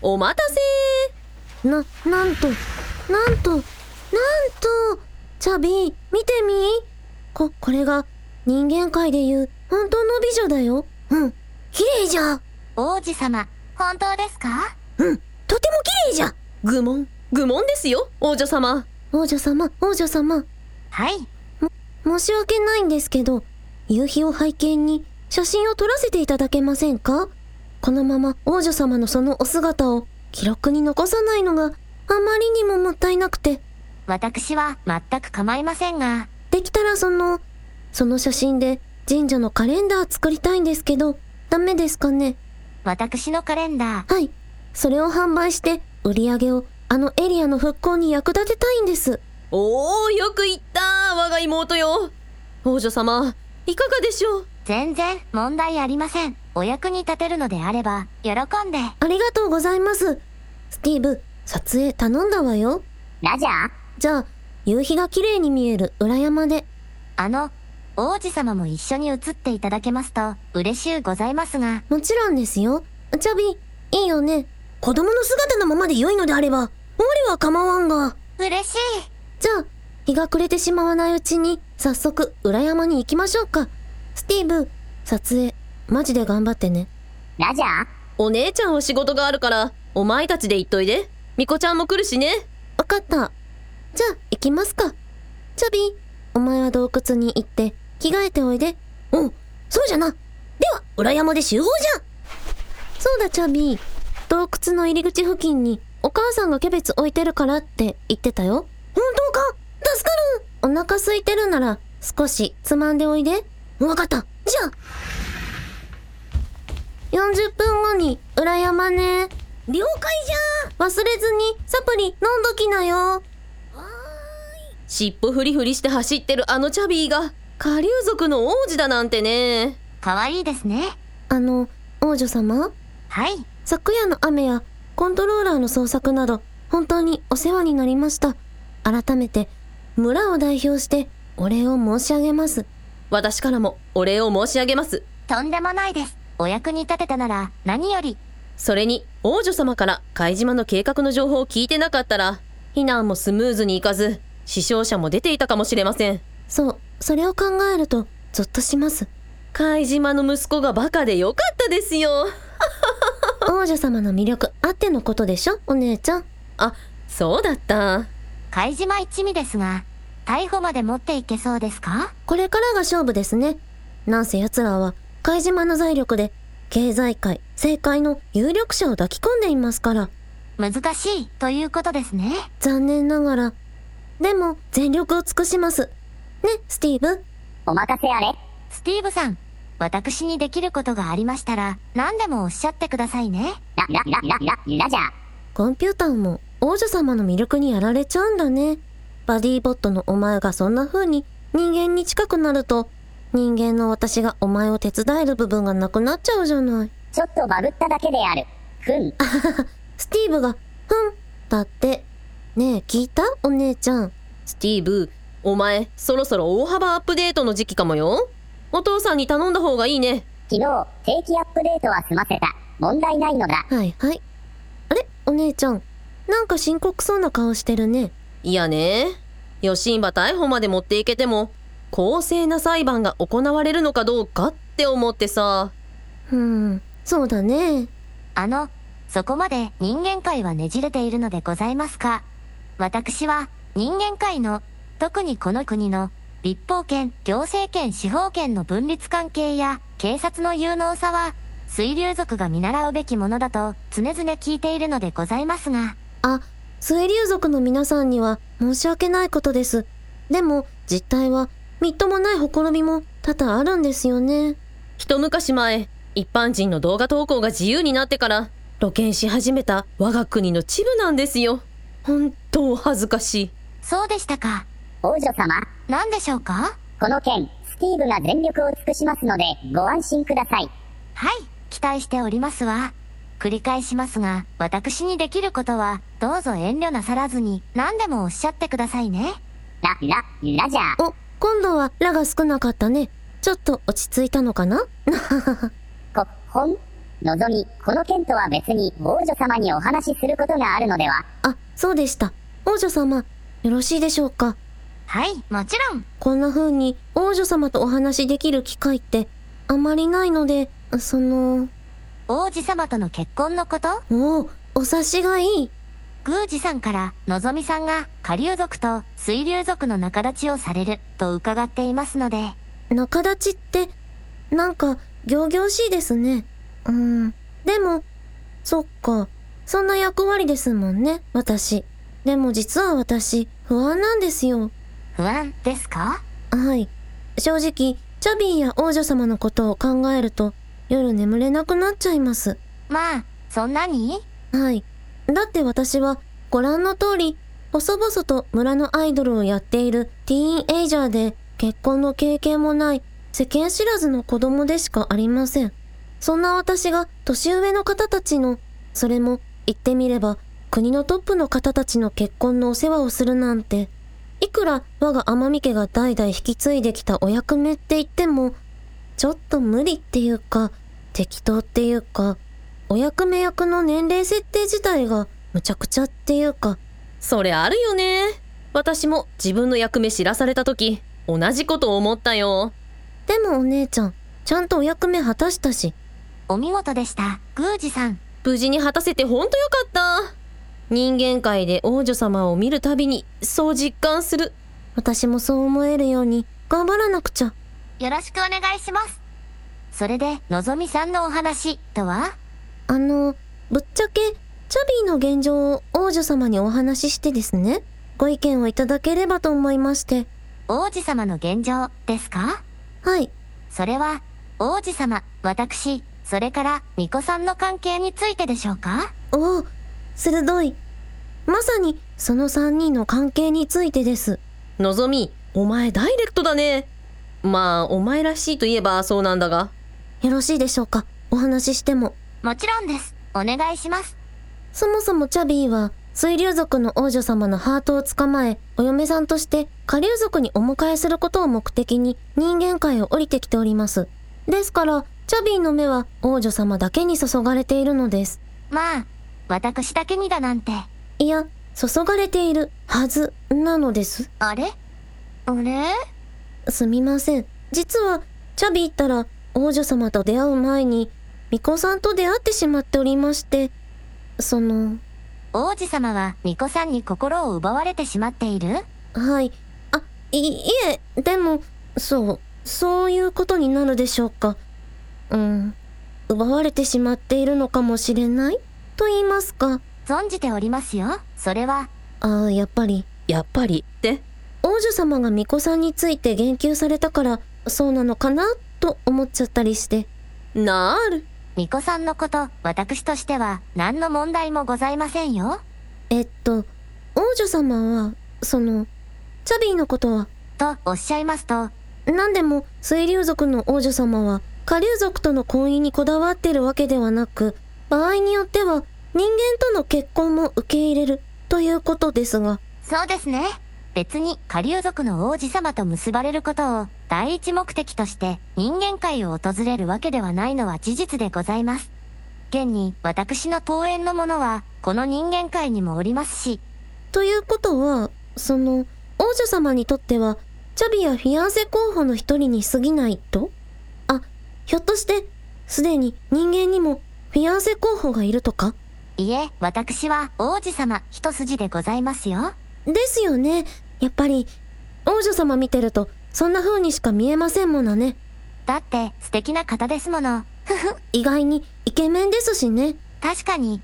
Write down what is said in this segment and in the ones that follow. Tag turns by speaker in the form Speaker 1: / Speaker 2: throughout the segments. Speaker 1: お待た
Speaker 2: せな、なんと、なんと、なんと、チャビー、見てみこ、これが人間界でいう本当の美女だよ。うん、綺麗じゃ。
Speaker 3: 王子様、本当ですか
Speaker 2: うん、とても綺麗じゃ。
Speaker 1: 愚問、愚問ですよ、王女様。
Speaker 2: 王女様、王女様。
Speaker 3: はい。
Speaker 2: も、申し訳ないんですけど、夕日を背景に写真を撮らせていただけませんかこのまま王女様のそのお姿を記録に残さないのがあまりにももったいなくて。
Speaker 3: 私は全く構いませんが。
Speaker 2: できたらその、その写真で神社のカレンダー作りたいんですけど、ダメですかね
Speaker 3: 私のカレンダ
Speaker 2: ー。はい。それを販売して売り上げをあのエリアの復興に役立てたいんです。
Speaker 1: おー、よく言った我が妹よ。王女様、いかがでしょう
Speaker 3: 全然問題ありません。お役に立てるのであれば、喜んで。
Speaker 2: ありがとうございます。スティーブ、撮影頼んだわよ。
Speaker 3: ラジャー
Speaker 2: じゃあ、夕日が綺麗に見える裏山で。
Speaker 3: あの、王子様も一緒に写っていただけますと、嬉しゅうございますが。
Speaker 2: もちろんですよ。チャビ、いいよね。子供の姿のままで良いのであれば、毛利は構わんが。
Speaker 3: 嬉しい。
Speaker 2: じゃあ、日が暮れてしまわないうちに、早速、裏山に行きましょうか。スティーブ、撮影、マジで頑張ってね。
Speaker 3: ラジャー
Speaker 1: お姉ちゃんは仕事があるから、お前たちで行っといで。ミコちゃんも来るしね。
Speaker 2: わかった。じゃあ、行きますか。チャビー、お前は洞窟に行って、着替えておいで。
Speaker 4: うん、そうじゃな。では、裏山で集合じゃん
Speaker 2: そうだ、チャビー。洞窟の入り口付近に、お母さんがキャベツ置いてるからって言ってたよ。
Speaker 4: 本当か助か
Speaker 2: るお腹空いてるなら、少しつまんでおいで。
Speaker 4: わかった。じゃあ。
Speaker 2: 40分後に裏山ね。
Speaker 4: 了解じ
Speaker 2: ゃ忘れずにサプリ飲んどきなよ。は
Speaker 1: ーい。尻尾フリフリして走ってるあのチャビーが、下流族の王子だなんてね。
Speaker 3: かわいいですね。
Speaker 2: あの、王女様
Speaker 3: はい。
Speaker 2: 昨夜の雨やコントローラーの捜索など、本当にお世話になりました。改めて、村を代表してお礼を申し上げます。
Speaker 1: 私からもお礼を申し上げます。
Speaker 3: とんでもないです。お役に立てたなら何より。
Speaker 1: それに、王女様から貝島の計画の情報を聞いてなかったら、避難もスムーズにいかず、死傷者も出ていたかもしれません。
Speaker 2: そう、それを考えると、ゾッとします。
Speaker 1: 貝島の息子がバカでよかったですよ。
Speaker 2: 王女様の魅力あってのことでしょ、お姉ちゃん。
Speaker 1: あ、そうだった。
Speaker 3: 貝島一味ですが、逮捕まで持っていけそうですか
Speaker 2: これからが勝負ですね。なんせ奴らは、貝島の財力で、経済界、政界の有力者を抱き込んでいますから。
Speaker 3: 難しい、ということですね。
Speaker 2: 残念ながら。でも、全力を尽くします。ね、スティーブ。
Speaker 3: お任せあれ。スティーブさん、私にできることがありましたら、何でもおっしゃってくださいね。ラ、ラ、ラ、ラ、ラ、ラじゃ。
Speaker 2: コンピューターも、王女様の魅力にやられちゃうんだね。バディボットのお前がそんな風に人間に近くなると、人間の私がお前を手伝える部分がなくなっちゃうじゃない。
Speaker 3: ちょっとバグっただけである。ふん。
Speaker 2: スティーブが、ふん、だって。ねえ、聞いたお姉ちゃん。
Speaker 1: スティーブ、お前、そろそろ大幅アップデートの時期かもよ。お父さんに頼んだ方がいいね。
Speaker 3: 昨日、定期アップデートは済ませた。問題ないのだ。
Speaker 2: はいはい。あれお姉ちゃん。なんか深刻そうな顔してるね。
Speaker 1: いやね。ヨシンバ逮捕まで持っていけても、公正な裁判が行われるのかどうかって思ってさ。
Speaker 2: うん、そうだね。
Speaker 3: あの、そこまで人間界はねじれているのでございますか。私は人間界の、特にこの国の、立法権、行政権、司法権の分立関係や、警察の有能さは、水流族が見習うべきものだと、常々聞いているのでございますが。
Speaker 2: あ、水流族の皆さんには申し訳ないことです。でも、実態は、みっともないほころびも多々あるんですよね。
Speaker 1: 一昔前、一般人の動画投稿が自由になってから、露見し始めた我が国の秩父なんですよ。本当恥ずかしい。
Speaker 3: そうでしたか。王女様。何でしょうかこの件、スティーブが全力を尽くしますので、ご安心ください。はい、期待しておりますわ。繰り返しますが、私にできることは、どうぞ遠慮なさらずに、何でもおっしゃってくださいね。ラ、ラ、ラじゃ。
Speaker 2: お、今度はラが少なかったね。ちょっと落ち着いたのかな
Speaker 3: こ、ほん
Speaker 5: のぞみ、この件とは別に王女様にお話しすることがあるのでは
Speaker 2: あ、そうでした。王女様、よろしいでしょうか
Speaker 3: はい、もちろん。
Speaker 2: こんな風に王女様とお話しできる機会ってあまりないので、その、
Speaker 3: 王子様との結婚のこと、
Speaker 2: おお、お察しがいい。
Speaker 3: 宮司さんから、のぞみさんが、下流族と水流族の仲立ちをされる、と伺っていますので、
Speaker 2: 仲立ちって、なんか、行々しいですね。うん。でも、そっか。そんな役割ですもんね、私。でも実は私、不安なんですよ。
Speaker 3: 不安ですか
Speaker 2: はい。正直、チャビーや王女様のことを考えると、夜眠れなくなっちゃいます。
Speaker 3: まあ、そんなに
Speaker 2: はい。だって私は、ご覧の通り、細々と村のアイドルをやっているティーンエイジャーで、結婚の経験もない、世間知らずの子供でしかありません。そんな私が、年上の方たちの、それも、言ってみれば、国のトップの方たちの結婚のお世話をするなんて、いくら我が天海家が代々引き継いできたお役目って言っても、ちょっと無理っていうか、適当っていうか、お役目役の年齢設定自体がむちゃくちゃっていうか、
Speaker 1: それあるよね私も自分の役目知らされた時同じこと思ったよ
Speaker 2: でもお姉ちゃん、ちゃんとお役目果たしたし、
Speaker 3: お見事でした、宮司さん。
Speaker 1: 無事に果たせてほんとよかった人間界で王女様を見るたびにそう実感する
Speaker 2: 私もそう思えるように頑張らなくちゃ。
Speaker 3: よろしくお願いします。それで、のぞみさんのお話、とは
Speaker 2: あの、ぶっちゃけ、チャビーの現状を王女様にお話ししてですね、ご意見をいただければと思いまして。
Speaker 3: 王子様の現状、ですか
Speaker 2: はい、
Speaker 3: それは、王子様、私、それから、巫女さんの関係についてでしょうか
Speaker 2: おお、鋭い。まさに、その三人の関係についてです。
Speaker 1: のぞみお前ダイレクトだねまあお前らしいといえばそうなんだが
Speaker 2: よろしいでしょうかお話ししても。
Speaker 3: もちろんです。お願いします。
Speaker 2: そもそもチャビーは、水流族の王女様のハートを捕まえ、お嫁さんとして下流族にお迎えすることを目的に人間界を降りてきております。ですから、チャビーの目は王女様だけに注がれているのです。
Speaker 3: まあ、私だけにだなんて。
Speaker 2: いや、注がれているはずなのです。
Speaker 3: あれあれ
Speaker 2: すみません。実は、チャビーったら王女様と出会う前に、巫女さんと出会ってしまっておりまして、その、
Speaker 3: 王子様は、巫女さんに心を奪われてしまっている
Speaker 2: はい。あ、い、いえ、でも、そう、そういうことになるでしょうか。うん。奪われてしまっているのかもしれないと言いますか。
Speaker 3: 存じておりますよ。それは、
Speaker 2: ああ、やっぱり、
Speaker 1: やっぱりって
Speaker 2: 王女様が巫女さんについて言及されたから、そうなのかなと思っちゃったりして。
Speaker 1: なーる
Speaker 3: 巫女さんのこと、私としては、何の問題もございませんよ。
Speaker 2: えっと、王女様は、その、チャビーのことは、
Speaker 3: と、おっしゃいますと、
Speaker 2: 何でも水流族の王女様は下流族との婚姻にこだわってるわけではなく場合によっては人間との結婚も受け入れるということですが
Speaker 3: そうですね。別に、下流族の王子様と結ばれることを、第一目的として、人間界を訪れるわけではないのは事実でございます。現に、私の登園の者は、この人間界にもおりますし、
Speaker 2: ということはその王女様にとってはチャビやフィアンセ候補の一人に過ぎないとあひょっとしてすでに人間にもフィアンセ候補がいるとか
Speaker 3: いえ、私は、王子様、一筋でございますよ。
Speaker 2: ですよねやっぱり王女様見てるとそんな風にしか見えませんものね
Speaker 3: だって、素敵な方ですもの。
Speaker 2: 意外にイケメンですしね。
Speaker 3: 確かに。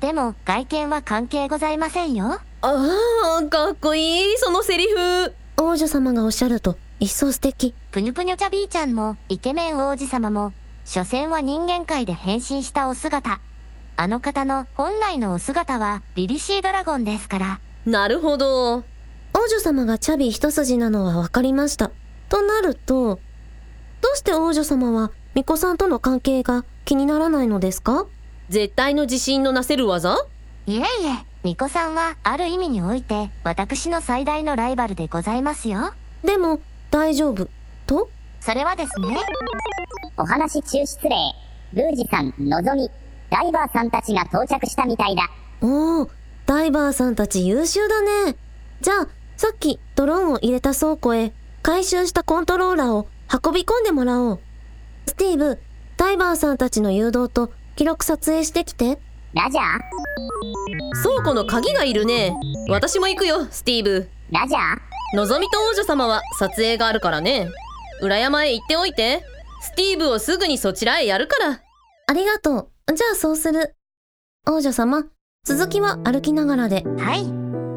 Speaker 3: でも、外見は関係ございませんよ。
Speaker 1: あーかっこいいそのセリフ
Speaker 2: 王女様がおっしゃると、一層素敵。
Speaker 3: ぷにゅぷにゅチャビーちゃんも、イケメン王子様も、所詮は人間界で変身したお姿。あの方の本来のお姿は、リリシードラゴンですから。
Speaker 1: なるほど
Speaker 2: 王女様がチャビ一筋なのは分かりました。となると、どうして王女様は巫女さんとの関係が気にならないのですか
Speaker 1: 絶対の自信のなせる技
Speaker 3: いえいえ、巫女さんは、ある意味において、私の最大のライバルでございますよ。
Speaker 2: でも、大丈夫。と
Speaker 3: それはですね、
Speaker 5: お話中失礼。宮司さん、のぞみ、ダイバーさんたちが到着したみたいだ。
Speaker 2: おお、ダイバーさんたち優秀だね。じゃあ、さっきドローンを入れた倉庫へ回収したコントローラーを運び込んでもらおう。スティーブ、ダイバーさんたちの誘導と記録撮影してきて。
Speaker 5: ラジャー
Speaker 1: 倉庫の鍵がいるね私も行くよスティーブ
Speaker 5: ラジャー
Speaker 1: のぞみと王女様は撮影があるからね裏山へ行っておいてスティーブをすぐにそちらへやるから
Speaker 2: ありがとう。じゃあそうする。王女様、続きは歩きながらで。
Speaker 3: はい。